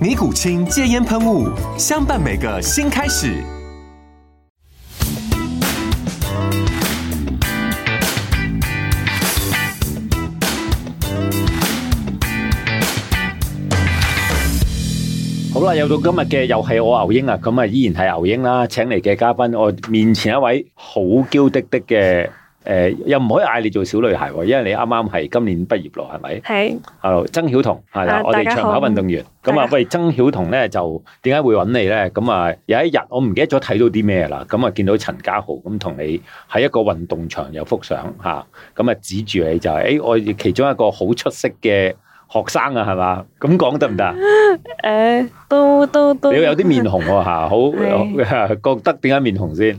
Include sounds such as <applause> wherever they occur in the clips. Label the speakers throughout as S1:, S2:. S1: 尼古清戒烟喷雾，相伴每个新开始。
S2: 好啦，又到今日嘅又係我牛英啊，咁啊依然係牛英啦，請嚟嘅嘉賓，我面前一位好嬌滴滴嘅，呃誒、又唔可以嗌你做小女孩喎，因為你啱啱係今年畢業咯，係咪
S3: 係
S2: ？Hello，曾曉彤係啦
S3: 啊，
S2: 我哋
S3: 大家
S2: 長
S3: 好
S2: 跑運動員。咁
S3: 大
S2: 啊
S3: 家，
S2: 喂，曾曉彤咧就點解會揾你咧？咁啊，有一日我唔記得咗睇到啲咩啦，咁啊見到陳家豪咁同你喺一個運動場有幅相嚇，咁啊指住你就係、誒、我其中一個好出色嘅學生啊，係嘛？咁講得唔得啊？
S3: 誒、都都都
S2: 你有啲面紅喎、嚇，
S3: 係
S2: 好 <laughs> 覺得點解面紅先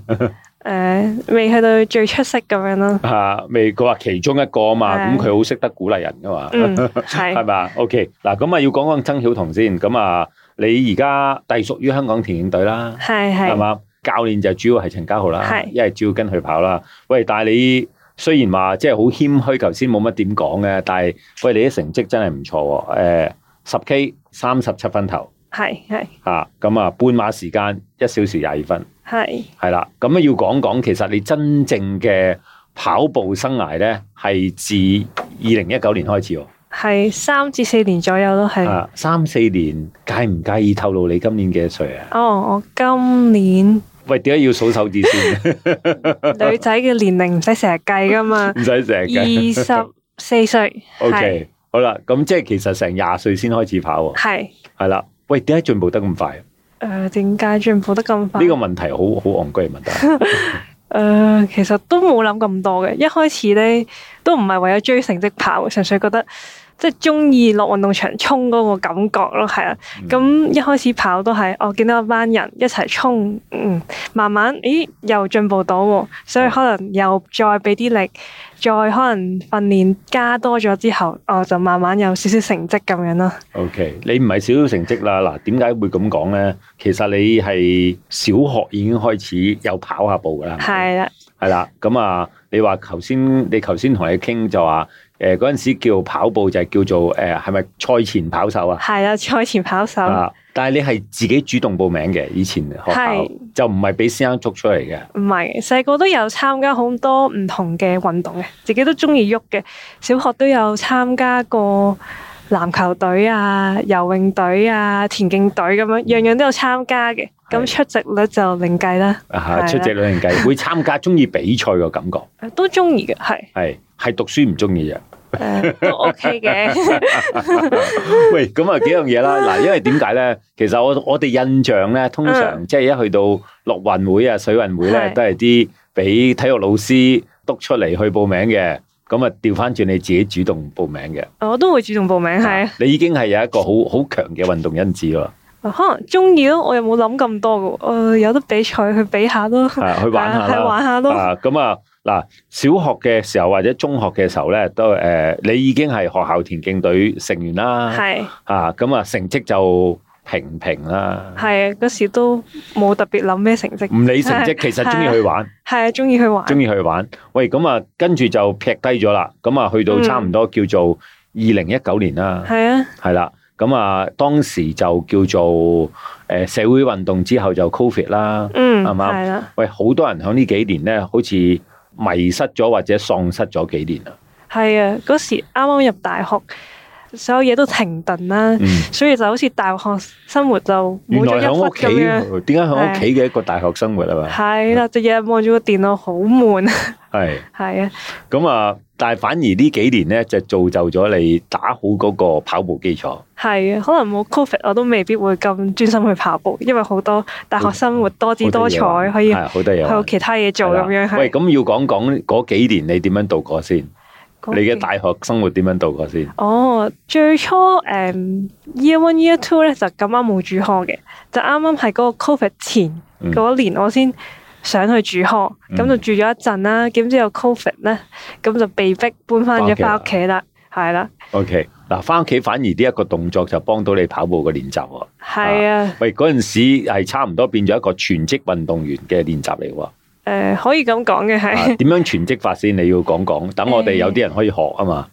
S3: 誒未去到最出色咁樣咯。
S2: 嚇？未佢話其中一個啊嘛，咁
S3: 係
S2: 佢好識得鼓勵人噶嘛， <laughs>
S3: 嗯，
S2: 係
S3: 係
S2: 嘛？OK，嗱咁啊，要講講曾曉彤先。咁啊，你而家隸屬於香港田徑隊啦，
S3: 係
S2: 係
S3: 係
S2: 嘛？教練就主要係陳家豪啦
S3: 係，
S2: 一係主要跟佢跑啦。喂，但係你雖然話即係好謙虛，頭先冇乜點講嘅，但係喂你啲成績真係唔錯喎。十 K 三十七分頭
S3: 係係
S2: 嚇，咁啊半馬時間一小時廿二分。
S3: 係
S2: 係啦，咁啊要講講其實你真正嘅跑步生涯咧，係自二零一九年開始喎。
S3: 係三至四年左右咯，係。
S2: 啊，三四年介唔介意透露你今年幾多歲啊？
S3: 哦，我
S2: <laughs>
S3: 今年
S2: 喂，點解要數手指
S3: <laughs>
S2: 先？
S3: 女仔嘅年齡唔使成日計噶嘛，
S2: <laughs> 唔使成日嘅。
S3: 二十四歲。
S2: <laughs> O
S3: 係
S2: K，好啦，咁即係其實成廿歲先開始跑
S3: <laughs>
S2: 喎。
S3: 係
S2: 係啦，喂，點解進步得咁快？呢
S3: 誒點解進步得咁快？
S2: 個問題好好戇居問
S3: <laughs>
S2: 題。
S3: 誒、呃其實都冇諗咁多嘅，一開始咧都唔係為咗追成績跑，純粹覺得即係中意落運動場衝嗰個感覺咯，係啊。
S2: 嗯
S3: 咁、一開始跑都係，我見到一班人一齊衝，嗯，慢慢咦又進步到喎，所以可能又再俾啲力，再可能訓練加多咗之後，我就慢慢有少少成績咁樣啦。
S2: O、k 你唔係少少成績啦。嗱，點解會咁講咧？其實你係小學已經開始有跑下步㗎啦。咪
S3: 係啦，
S2: 係啦，咁啊，你話頭先，你頭先同你傾就話，誒嗰陣時叫跑步就係叫做誒係咪賽前跑手啊？
S3: 係啦，賽前跑手
S2: 啊！但係你係自己主動報名嘅，以前學校
S3: 係
S2: 就唔係俾先生捉出嚟嘅。
S3: 唔係，細個都有參加好多唔同嘅運動嘅，自己都中意喐嘅。小學都有參加過籃球隊啊、游泳隊啊、田徑隊咁樣，樣樣都有參加嘅。咁
S2: 係
S3: 出席率就另計啦，
S2: <laughs>
S3: 係
S2: 啊，
S3: 啦
S2: 出席旅行計會參加，中意比賽個感覺
S3: 都中意嘅，係
S2: 係係讀書唔中意嘅。
S3: 誒都 OK 嘅， <laughs>
S2: <laughs> 喂，咁啊幾樣嘢啦，嗱，因為點解咧？其實我我哋印象咧，通常
S3: 嗯
S2: 即係一去到陸運會啊、水運會咧，
S3: 係
S2: 都係啲俾體育老師督出嚟去報名嘅。咁啊，調翻轉你自己主動報名嘅，
S3: 我都會主動報名，係
S2: 你已經係有一個好好強嘅運動因子
S3: <laughs>
S2: 咯，
S3: 啊可能中意咯，我又冇諗咁多嘅喎，誒有得比賽去比下咯，
S2: 啊，去玩下
S3: 係啊去
S2: 啦，
S3: 玩下咯，
S2: 啊，咁啊，嗱，小學嘅時候或者中學嘅時候咧，都誒、呃你已經係學校田徑隊成員啦，
S3: 係
S2: 啊，咁啊，成績就平平啦，
S3: 係嗰時都冇特別諗咩成績，
S2: 唔理成績，其實中意去玩。
S3: 係啊，中意去玩。
S2: 中意去玩。喂，咁啊，跟住就劈低咗啦。咁啊，去到
S3: 嗯
S2: 差唔多叫做二零一九年啦，
S3: 係啊，
S2: 係啦。咁啊，當時就叫做誒社會運動之後就 Covid 啦。
S3: 嗯，
S2: 係嘛
S3: 係啦，
S2: 喂，好多人喺呢幾年咧，好似迷失咗或者喪失咗幾年啦。
S3: 啊係啊，嗰時啱啱入大學，所有嘢都停頓啦，
S2: 嗯，
S3: 所以就好似大學生活就
S2: 原
S3: 冇咗
S2: 來
S3: 一
S2: 喺
S3: 忽
S2: 屋
S3: 咁樣。
S2: 企，點解喺屋企嘅一個大學生活啊嘛？
S3: 係啦，就日日望住個電腦好悶， <laughs>
S2: 係
S3: 係啊，
S2: 咁啊，但係反而呢幾年咧，就造就咗你打好嗰個跑步基礎。
S3: 係啊，可能冇 Covid 我都未必會咁專心去跑步，因為好多大學生活多姿多彩，可以
S2: 係好多嘢玩
S3: 有其他嘢做
S2: 係啦
S3: 咁樣
S2: 喂，
S3: 係。
S2: 咁要講講嗰幾年你點樣度過先？你
S3: 嗰
S2: 嘅
S3: 幾
S2: 大學生活點樣度過先？
S3: 哦，最初誒、嗯 year one year two 咧就咁啱冇主科嘅，就啱啱係嗰個 covid 前
S2: 嗯
S3: 嗰年我先想去主科，咁、
S2: 嗯
S3: 就住咗一陣啦，咁之後 covid 咧，咁就被逼搬翻咗
S2: 返
S3: 翻
S2: 屋
S3: 屋企啦，係啦，
S2: OK，嗱，翻屋企反而呢一個動作就幫到你跑步嘅練習喎。
S3: 係啊，
S2: 喂，嗰陣時係差唔多變咗一個全職運動員嘅練習
S3: <laughs>
S2: 嚟喎。
S3: 誒、可以咁講嘅
S2: 啊
S3: 係，
S2: 點樣全職法先？你要講講，等我哋
S3: 誒
S2: 有啲人可以學啊嘛。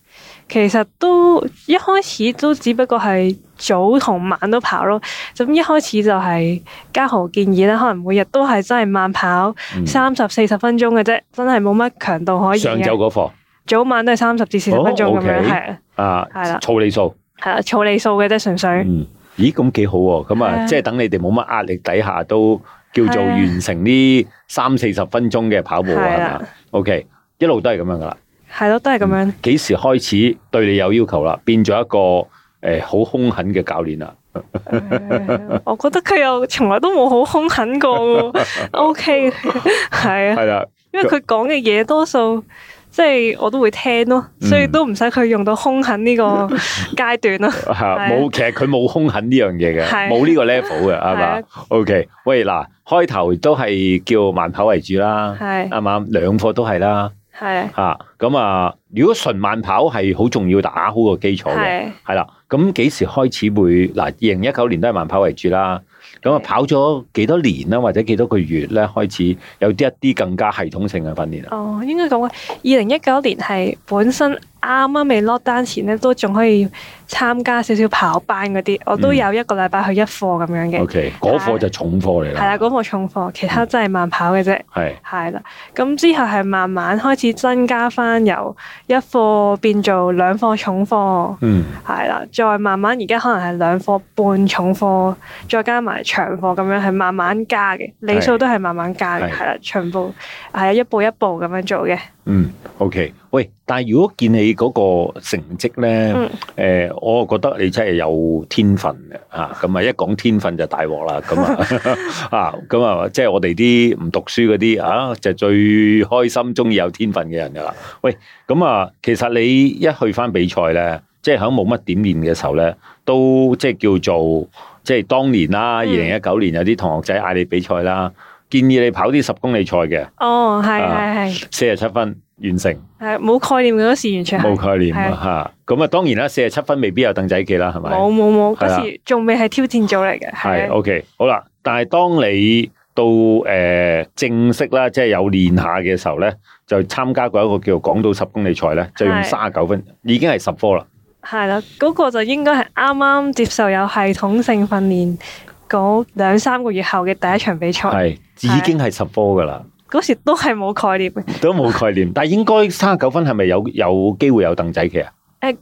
S3: 其實都一開始都只不過係早同晚都跑咯，咁一開始就係嘉豪建議啦，可能每日都係真係慢跑
S2: 嗯
S3: 三十四十分鐘嘅啫，真係冇乜強度可以
S2: 上晝
S3: 嘅。
S2: 嗰課
S3: 早晚都係三十至四十
S2: 哦
S3: 分鐘咁
S2: OK
S3: 樣，係啊
S2: 啊
S3: 係啦，
S2: 操你數。
S3: 係啦，草理數嘅啫，純粹
S2: 嗯，咦，咁幾好喎。咁
S3: 係
S2: 啊，
S3: 啊
S2: 即係等你哋冇乜壓力底下，都叫做
S3: 係啊
S2: 完成呢三四十分鐘嘅跑步啊
S3: 係
S2: 係
S3: 啦
S2: 嘛？OK，一路都係咁樣噶啦。
S3: 係咯，都係咁
S2: <laughs>
S3: 樣。
S2: 幾時開始對你有要求啦？變咗一個誒好兇狠嘅教練啊啦。
S3: 誒我覺得佢又從來都冇好兇狠過喎，OK，係啊，
S2: 係啦，
S3: 因為佢講嘅嘢多數即係我都會聽咯，
S2: 嗯
S3: 所以都唔使佢用到兇狠呢個階段
S2: <laughs>
S3: 咯。
S2: 嚇
S3: 啊
S2: 冇，其實佢冇兇狠呢樣嘢嘅，
S3: 係
S2: 冇呢個 level
S3: <laughs>
S2: 嘅，係
S3: 係
S2: 嘛
S3: 啊
S2: ？OK，喂嗱，開頭都係叫慢跑為主啦，
S3: 係
S2: 啱唔啱？兩課都係啦，
S3: 係
S2: 嚇咁啊！如果純慢跑係好重要，打好個基礎嘅。
S3: 係
S2: 係啦，咁幾時開始會嗱？二零一九年都係慢跑為主啦，咁啊
S3: 係
S2: 跑咗幾多年啦，或者幾多個月咧開始有啲一啲更加系統性嘅訓練啊？
S3: 哦，應該講話二零一九年係本身啱啱未落單前咧，都仲可以參加少少跑班嗰啲，我都
S2: 嗯
S3: 有一個禮拜去一課咁樣嘅。
S2: OK，嗰課就重課嚟
S3: 係啦，
S2: 啦，
S3: 嗰課重課，其他真係慢跑嘅啫。
S2: 係
S3: 係啦，咁之後係慢慢開始增加翻，由一課變做兩課重課，
S2: 嗯
S3: 係啦，再慢慢而家可能係兩課半重課，再加埋長課咁樣，係慢慢加嘅，理數都係慢慢加嘅，
S2: 係
S3: 係啦，全部係啊一步一步咁樣做嘅。
S2: 嗯，OK。喂，但係如果見你嗰個成績咧，誒
S3: 嗯、
S2: 我覺得你真係有天分嘅嚇。咁啊，一講天分就大鑊啦。咁啊， <laughs> 啊咁啊，即係我哋啲唔讀書嗰啲啊，就最開心中意有天分嘅人噶啦。喂，咁啊，其實你一去翻比賽咧，即係喺冇乜點練嘅時候咧，都即係叫做即係當年啦，二
S3: 嗯
S2: 零一九年有啲同學仔嗌你比賽啦，建議你跑啲十公里賽嘅，
S3: 哦，係
S2: 啊
S3: 係係
S2: 四十七分完成。
S3: 係冇概念嘅嗰時，完 <laughs> 全
S2: 冇
S3: 係
S2: 概念啊吓，咁啊當然啦，四十七分未必有凳仔企啦，係咪？
S3: 冇冇冇，
S2: 係啦
S3: 嗰時仲未係挑戰組嚟嘅，
S2: 係
S3: 係
S2: OK，好啦，但係當你到诶、呃正式啦，即係有練下嘅時候咧，就參加過一個叫做港島十公里賽咧，就用
S3: 係
S2: 三十九分，已經係十科啦。
S3: 係啦，嗰個就應該係啱啱接受有系統性訓練嗰兩三個月後嘅第一場比賽。
S2: 係已經係十科噶啦，
S3: 嗰時都係冇概念嘅。誒、
S2: 都冇概念。但係應該三十九分係咪有有機會有凳仔企啊？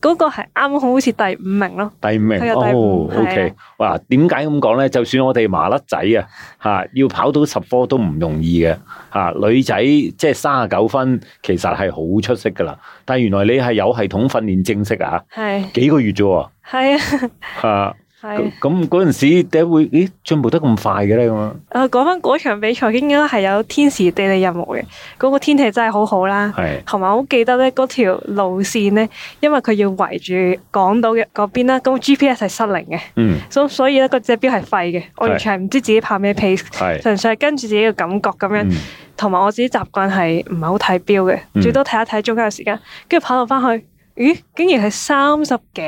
S3: 嗰、個係啱好好似第五名咯，
S2: 第五名
S3: 係啊第
S2: 哦
S3: 五係
S2: ，OK，哇，點解咁講咧？就算我哋麻甩仔啊，嚇要跑到十科都唔容易嘅嚇，女仔即係三十九分，其實係好出色噶啦。但係原來你係有系統訓練正式啊，
S3: 係
S2: 幾個月啫喎
S3: 係啊
S2: 嚇。
S3: 係啊
S2: 咁。咁嗰陣時點解會咦進步得咁快嘅咧咁啊？
S3: 啊，講翻嗰場比賽應該係有天時地利任務嘅，嗰、個天氣真係好好啦。
S2: 係
S3: 同埋我好記得咧，嗰條路線咧，因為佢要圍住港島嘅嗰邊啦，咁 GPS 係失靈嘅，
S2: 嗯
S3: 咁所以咧個隻表係廢嘅，我
S2: 係
S3: 完全係唔知自己跑咩 pace，
S2: 係
S3: 純粹係跟住自己嘅感覺咁樣。
S2: 嗯
S3: 同埋我自己習慣係唔係好睇表
S2: 嗯
S3: 嘅，最多睇一睇中間嘅時間，跟住跑到翻去，咦，竟然係三十幾，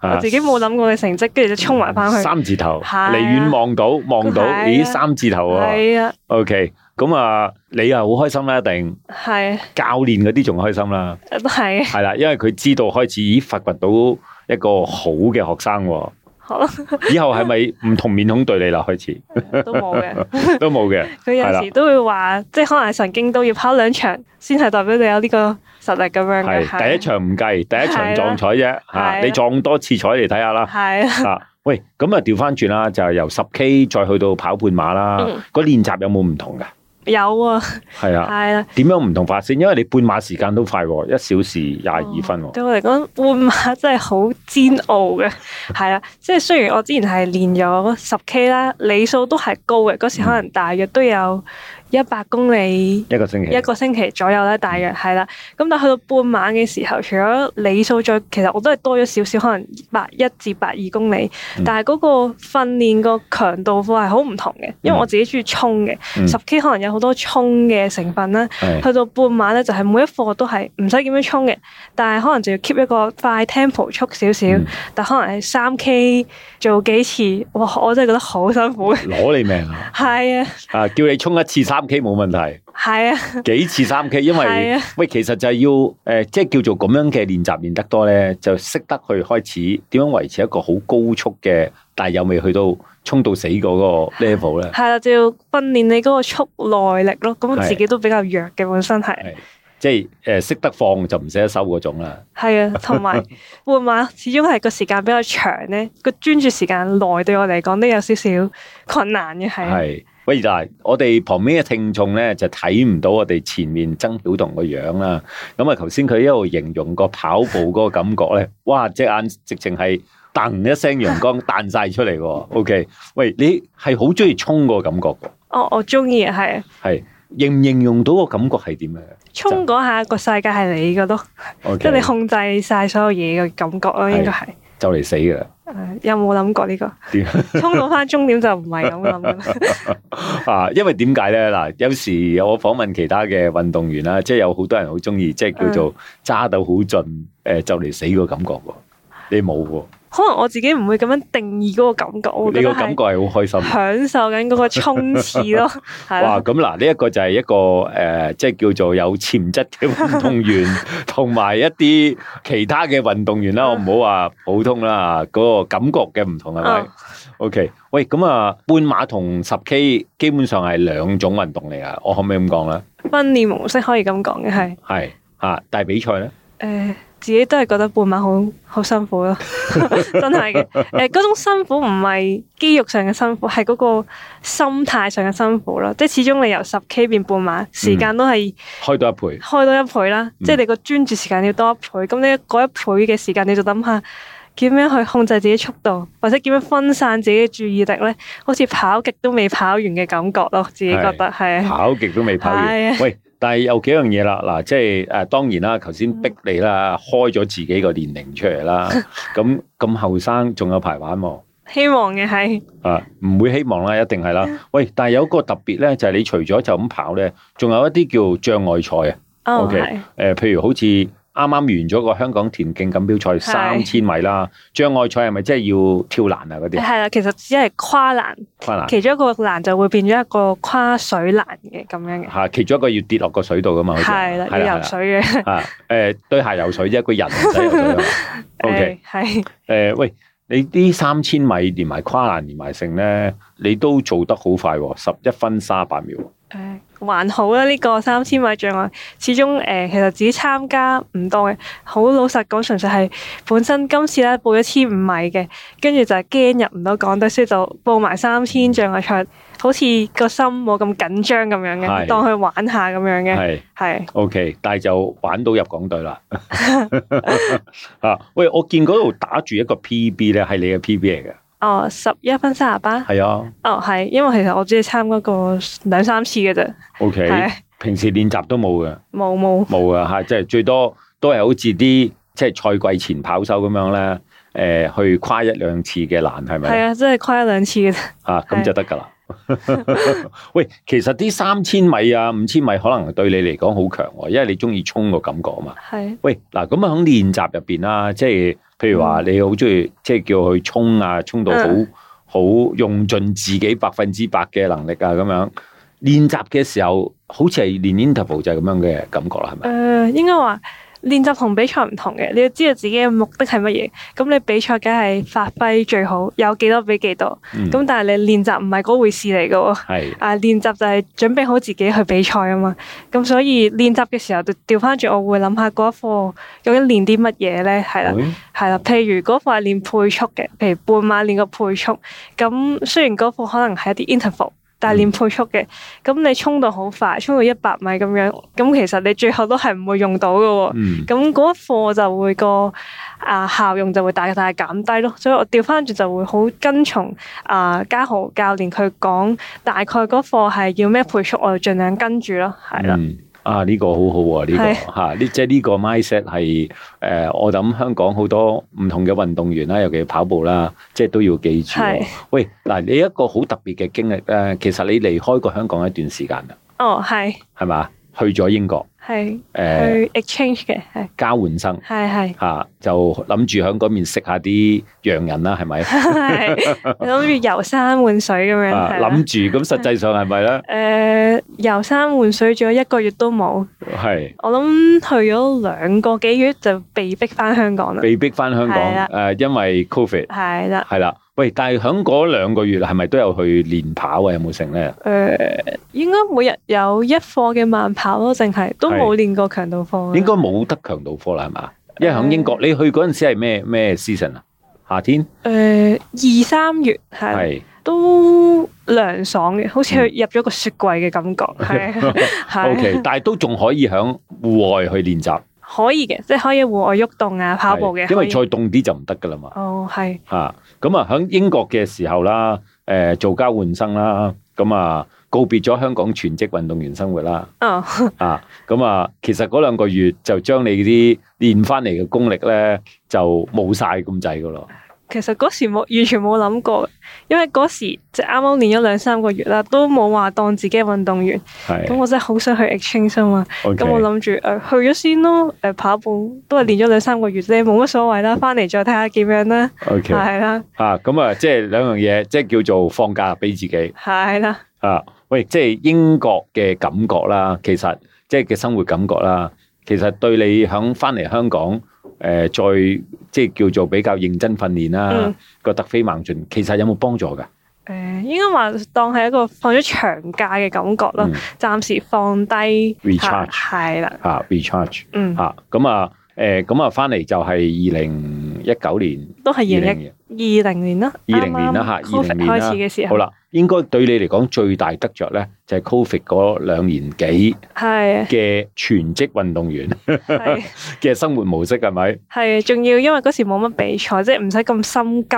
S2: 啊
S3: 我自己冇諗過嘅成績，跟住就衝埋翻去，
S2: 三字頭，
S3: 係啊
S2: 離遠望到望到，
S3: 係啊
S2: 咦三字頭喎。
S3: 係啊，
S2: OK，咁啊你又好開心啦，一定
S3: 係啊
S2: 教練嗰啲仲開心啦。
S3: 都係 <laughs>
S2: 系啦，因為佢知道開始，咦，發掘到一個好嘅學生喎，
S3: 好啦，
S2: 以後係咪唔同面孔對你啦？開
S3: <laughs>
S2: 始
S3: 都冇
S2: <laughs>
S3: 嘅。
S2: 都冇嘅，
S3: 佢
S2: 係啦
S3: 有時都會話，即係可能神經都要跑兩場先係代表你有呢個實力咁樣嘅。
S2: 係第一場唔計，第一
S3: 係
S2: 場
S3: 啦
S2: 撞彩啫
S3: 係
S2: 嚇，
S3: 啦
S2: 你撞多次彩嚟睇下
S3: <laughs>
S2: 啦。
S3: 係啊，
S2: 啊，喂，咁啊調翻轉啦，就係由十 K 再去到跑半馬啦
S3: 嗯，
S2: 個練習有冇唔同㗎？
S3: 有啊，
S2: 係啊，
S3: 係啦。
S2: 點樣唔同法先？因為你半馬時間都快喎，一小時廿二分喎。
S3: 對我嚟講，換馬真係好煎熬嘅，
S2: <laughs>
S3: 係啦。即係雖然我之前係練咗十 K 啦，里數都係高嘅，嗰時可能大約都有一百公里。
S2: 一個星期，
S3: 一個星期左右
S2: 嗯
S3: 啦，大約係啦。咁但係去到半晚嘅時候，除咗里數再，其實我都係多咗少少，可能百一至百二公里。
S2: 嗯
S3: 但係嗰個訓練個強度課係好唔同嘅，因為我自己中意衝嘅，
S2: 嗯
S3: 十 K 可能有好多衝嘅成分啦。 <laughs>
S2: 係
S3: 去到半晚咧，就係每一課都係唔使點樣衝嘅，但係可能就要 keep 一個快 tempo 速少少，
S2: 嗯
S3: 但可能係三 K 做幾次，哇！我真係覺得好辛苦。 <laughs>
S2: 攞你命啊！
S3: 係啊，
S2: 啊，叫你衝一次三 K 冇問題。
S3: 係啊，
S2: 幾次三 K，因
S3: 係
S2: 為
S3: 啊
S2: 喂，其實就係要誒、呃即係叫做咁樣嘅練習練得多咧，就識得去開始點樣維持一個好高速嘅，但係又未去到衝到死嗰個 level 咧。
S3: 係啦，就要訓練你嗰個速耐力咯。咁我
S2: 係
S3: 自己都比較弱嘅本身係。
S2: 係即係誒、呃、識得放就唔捨得收嗰種啦。
S3: 係啊，
S2: <laughs>
S3: 同埋換馬始終係個時間比較長咧，個專注時間耐對我嚟講都有少少困難嘅，係啊
S2: 係。喂嗱，我哋旁邊嘅聽眾咧就睇唔到我哋前面曾曉彤個樣啦。咁啊，頭先佢一路形容個跑步嗰個感覺咧，哇！隻眼直情係噔一聲陽光彈晒出嚟喎。OK，喂，你係好中意衝個感覺㗎？
S3: 我我中意啊，係啊
S2: 係形唔形容到個感覺係點嘅
S3: 衝嗰下個世界係你嘅咯，
S2: ？O
S3: 即係
S2: K，
S3: 你控制晒所有嘢嘅感覺咯，應該係。
S2: 就嚟死㗎啦！
S3: 誒有冇諗過呢、個？
S2: 點
S3: 衝到翻終點就唔係咁諗嘅啦。
S2: <laughs> 啊，因為點解咧？嗱，有時我訪問其他嘅運動員啦，即係有好多人好中意，即係叫
S3: 嗯
S2: 做揸到好盡，誒、就嚟死個感覺喎。你冇喎，
S3: 可能我自己唔會咁樣定義嗰個感覺，我
S2: 你
S3: 覺得
S2: 個感覺
S3: 係
S2: 係好開心。
S3: 享受緊嗰個衝刺
S2: <laughs>
S3: 咯，係
S2: 哇！
S3: 啦，
S2: 咁嗱，呢一個就係一個誒、呃即係叫做有潛質嘅運動員，同埋一啲其他嘅運動員啦。我唔好話普通啦，嗰、個感覺嘅唔同係咪
S3: 嗯
S2: ？OK，喂，咁啊，半馬同十 K 基本上係兩種運動嚟啊，我可唔可以咁講咧？
S3: 訓練模式可以咁講嘅係
S2: 係啊，但係比賽咧，
S3: <laughs> 誒。自己都係覺得半馬好好辛苦咯， <laughs> 真係嘅。誒、嗰種辛苦唔係肌肉上嘅辛苦，係嗰個心態上嘅辛苦咯。即係始終你由十 K 變半馬，時間都係
S2: 開多一倍，
S3: 開多一倍啦，
S2: 嗯
S3: 即係你個專注時間要多一倍。咁你嗰一倍嘅時間，你就諗下點樣去控制自己速度，或者點樣分散自己嘅注意力咧？好似跑極都未跑完嘅感覺咯，自己覺得係啊
S2: 跑極都未跑完
S3: 係啊。
S2: 喂，但係有幾樣嘢啦，嗱，即係誒當然啦，頭先逼你啦，開咗自己個年齡出嚟啦，咁咁後生仲有排玩喎。
S3: 希望嘅係
S2: 啊，唔會希望啦，一定係
S3: 嗯
S2: 啦。喂，但係有一個特別咧，就係、你除咗就咁跑咧，仲有一啲叫障礙賽啊。
S3: 哦
S2: OK
S3: 係
S2: 誒、譬如好似啱啱完咗個香港田徑錦標賽三千米啦，障礙賽係咪即係要跳欄啊嗰啲啊
S3: 係啦，其實只係跨欄，
S2: 跨欄？
S3: 其中一個欄就會變咗一個跨水欄嘅咁樣嘅，
S2: 嚇，其中一個要跌落個水度噶嘛，好似
S3: 係啦，要游。
S2: 係
S3: 水嘅， <laughs>
S2: 係啊，誒對鞋游水啫，個人唔使游水啊嘛。OK，
S3: 誒係
S2: 誒喂，你啲三千米連埋跨欄連埋剩咧，你都做得好快喎，十一分三八秒喎。
S3: 誒還好啦，呢個三千米障礙，始終誒、呃其實自己參加唔多嘅，好老實講，純粹係本身今次咧報咗千五米嘅，跟住就係驚入唔到港隊，所以就報埋三千障礙賽，好似個心冇咁緊張咁樣
S2: 係
S3: 嘅，當去玩下咁樣嘅，
S2: 係。
S3: 係
S2: O.K.，但係就玩到入港隊啦。 <laughs> 啊，喂，我見嗰度打住一個 P.B. 咧，係你嘅 P.B. 嚟嘅。
S3: 哦十一分三十八，
S2: 係啊
S3: 哦係，因為其實我只係參加過兩三次嘅啫，
S2: ，O.K.，
S3: 係
S2: 平時練習都冇嘅，
S3: 冇冇
S2: 冇嘅嚇，即係最多都係好似啲即係賽季前跑手咁樣咧，誒、去跨一兩次嘅欄係
S3: 係
S2: 咪？
S3: 啊，真係跨一兩次嘅啫，
S2: 啊，咁
S3: 係
S2: 就得㗎啦。 <laughs> 喂，其實啲三千米啊、五千米可能對你嚟講好強喎，因為你中意衝個感覺啊嘛。
S3: 係
S2: 喂，嗱，咁啊喺練習入邊啦，即係譬如話你好中意，即係叫佢衝啊，衝到好
S3: 嗯
S2: 好用盡自己百分之百嘅能力啊，咁樣練習嘅時候，好似係練 interval 就係咁樣嘅感覺啦，係咪？
S3: 誒應該話練習同比賽唔同嘅，你要知道自己嘅目的係乜嘢。咁你比賽梗係發揮最好，有幾多比幾多。
S2: 嗯
S3: 啊咁但係你練習唔係嗰回事嚟嘅喎。
S2: 係
S3: 啊，練習就係準備好自己去比賽啊嘛。咁所以練習嘅時候，就調翻轉，我會諗下嗰一課究竟練啲乜嘢咧？係啦，
S2: 會
S3: 係啦。譬如嗰課係練配速嘅，譬如半馬練個配速。咁雖然嗰課可能係一啲 interval。但係練配速嘅，咁你衝到好快，衝到一百米咁樣，咁其實你最後都係唔會用到嘅喎。
S2: 嗯
S3: 咁嗰一課就會個啊效用就會大大減低咯，所以我調翻轉就會好跟從啊嘉豪教練佢講大概嗰課係要咩配速，我就盡量跟住咯，係啦，
S2: 嗯啊！呢、個好好喎，呢、個
S3: 係
S2: 嚇，呢即係呢個 mindset 係誒、呃我諗香港好多唔同嘅運動員啦，尤其係跑步啦，即係都要記住喎
S3: 係。
S2: 喂，嗱，你一個好特別嘅經歷咧，其實你離開過香港一段時間啊啦，
S3: 哦係
S2: 係嘛？去咗英國，
S3: 係
S2: 誒、
S3: 去 exchange 嘅，係
S2: 交換生
S3: 係係
S2: 嚇、就諗住喺嗰邊識下啲洋人啦，係咪？
S3: <laughs> 係，諗住遊山玩水咁樣，
S2: 啊
S3: 係
S2: 諗
S3: 啦。
S2: 住咁，實際上係咪咧？
S3: 誒遊山玩水咗一個月都冇，
S2: 係
S3: 我諗去咗兩個幾月就被逼翻香港啦，
S2: 被逼翻香港
S3: 係啊
S2: 誒
S3: 啦、
S2: 因為 Covid
S3: 係啦。
S2: 係啦。喂，但係喺嗰兩個月係咪都有去練跑啊？有冇成咧？
S3: 誒、應該每日有一課嘅慢跑咯，淨係都冇練過強度課。
S2: 應該冇得強度課啦，係嘛？因為喺英
S3: 嗯
S2: 國，你去嗰陣時係咩咩 season 啊？夏天
S3: 誒二三月係
S2: 係嗯
S3: 都涼爽嘅，好似佢入咗個雪櫃嘅感覺，
S2: <laughs>
S3: 係係
S2: OK，但係都仲可以喺戶外去練習，
S3: 可以嘅，即係可以戶外喐動啊、跑步嘅
S2: 係。因為
S3: 可以
S2: 再凍啲就唔得㗎啦嘛。
S3: 哦係
S2: 嚇咁啊，喺英國嘅時候啦，誒、做交換生啦，咁啊告別咗香港全職運動員生活啦。
S3: 哦
S2: 啊，咁啊，其實嗰兩個月就將你啲練翻嚟嘅功力咧，就冇晒咁滯噶咯。
S3: 其實嗰時冇完全冇諗過，因為嗰時即係啱啱練咗兩三個月啦，都冇話當自己係運動員。咁
S2: 係
S3: 我真係好想去 exchange 啊嘛。
S2: ，OK，
S3: 咁我諗住誒去咗先咯，誒、跑步都係練咗兩三個月啫，冇乜所謂啦。翻嚟再睇下點樣啦，
S2: OK，
S3: 係啦，
S2: 啊，咁啊，即係兩樣嘢，即係叫做放假俾自己
S3: 係啦，
S2: 啊。喂，即係英國嘅感覺啦，其實即係嘅生活感覺啦，其實對你響翻嚟香港，誒、再即係叫做比較認真訓練啦
S3: 嗯，
S2: 個突飛猛進，其實有冇幫助㗎？
S3: 誒、呃應該話當係一個放咗長假嘅感覺啦
S2: 嗯，
S3: 暫、時放低
S2: Recharge
S3: 係啦，
S2: 啊，recharge
S3: 嗯，
S2: 啊，咁啊，誒，咁啊，翻嚟就係二零一九年。
S3: 都係
S2: 二
S3: 二
S2: 零
S3: 零
S2: 年
S3: 一二零年啦，
S2: 二零年啦嚇，二零年
S3: 開始嘅時
S2: 啦，
S3: 候
S2: 好，啦，應該對你嚟講最大得着咧，就係 Covid 嗰兩年幾
S3: 係
S2: 嘅全職運動員 <laughs>
S3: 係
S2: 嘅生活模式係咪？
S3: 係，仲要因為嗰時冇乜比賽，即係唔使咁心急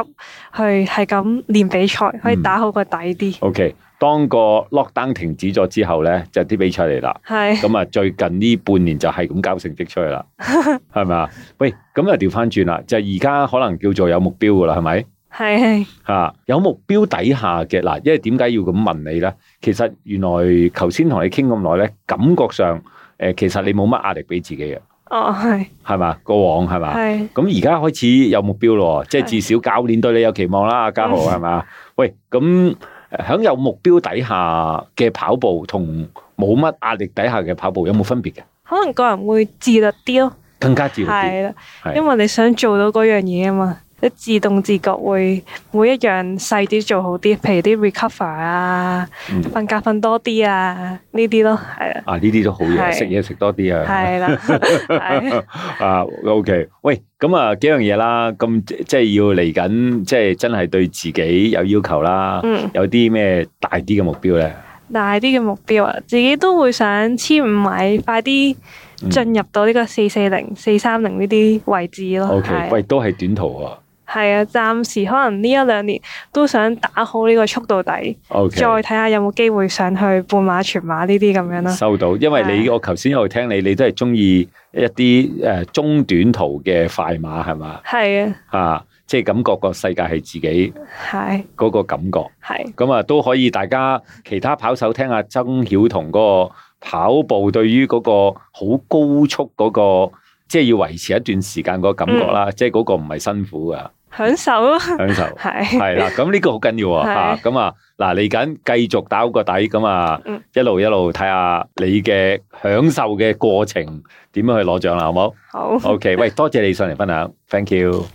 S3: 去係咁練比賽，可以
S2: 嗯
S3: 打好個底啲，
S2: OK，當個 lockdown 停止咗之後咧，就啲比賽嚟啦。
S3: 係
S2: 咁啊，最近呢半年就係咁交成績出去啦，係咪啊？喂，咁啊調翻轉啦，就而家可能叫做有目標噶啦，係咪？
S3: 係係
S2: 啊，有目標底下嘅嗱，因為點解要咁問你咧？其實原來頭先同你傾咁耐咧，感覺上誒、呃其實你冇乜壓力俾自己嘅，
S3: 哦係
S2: 係嘛？過往係嘛？
S3: 係。
S2: 咁而家開始有目標咯喎，即係
S3: 係
S2: 至少教練對你有期望啦，嘉豪係嘛？喂，咁呃喺有目標底下嘅跑步同冇乜壓力底下嘅跑步有冇分別嘅？
S3: 可能個人會自律啲咯，
S2: 更加自律啲，
S3: 係啦，
S2: 係
S3: 因為你想做到嗰樣嘢啊嘛，你自動自覺會每一樣細啲做好啲，譬如啲 recover 啊，
S2: 嗯
S3: 瞓覺瞓多啲啊，呢啲咯，係啊，
S2: 啊呢啲都好嘢，
S3: 係
S2: 食嘢食多啲啊，
S3: 係啦，係
S2: <laughs> 啊，OK，喂，咁啊幾樣嘢啦，咁即即係要嚟緊，即係真係對自己有要求啦。
S3: 嗯，
S2: 有啲咩大啲嘅目標咧？
S3: 大啲嘅目標啊，自己都會想千五米快啲
S2: 嗯
S3: 進入到呢個四四零、四三零呢啲位置咯，
S2: OK，
S3: 係啊
S2: 喂，都係短途喎。
S3: 係啊，暫時可能呢一兩年都想打好呢個速度底。
S2: OK，
S3: 再睇下有冇機會上去半馬、全馬呢啲咁樣啦。
S2: 收到。因為你我頭先有聽你，你都係中意一啲誒中短途嘅快馬係嘛？
S3: 係啊，
S2: 啊，即係感覺個世界係自己
S3: 係
S2: 嗰個感覺。
S3: 係
S2: 咁啊都可以，大家其他跑手聽下曾曉彤嗰個跑步對於嗰個好高速嗰、個，即係要維持一段時間嗰個感覺啦，即係嗰個唔係辛苦噶，啊
S3: 享受咯，
S2: 享受。
S3: <laughs> 係
S2: 係啦，咁呢個好緊要
S3: 係
S2: 啊，吓咁啊，嗱嚟緊繼續打好個底，咁啊
S3: 嗯
S2: 一路一路睇下你嘅享受嘅過程點樣去攞獎啦，好冇
S3: 好。
S2: ？OK，喂，多謝你上嚟分享，thank you。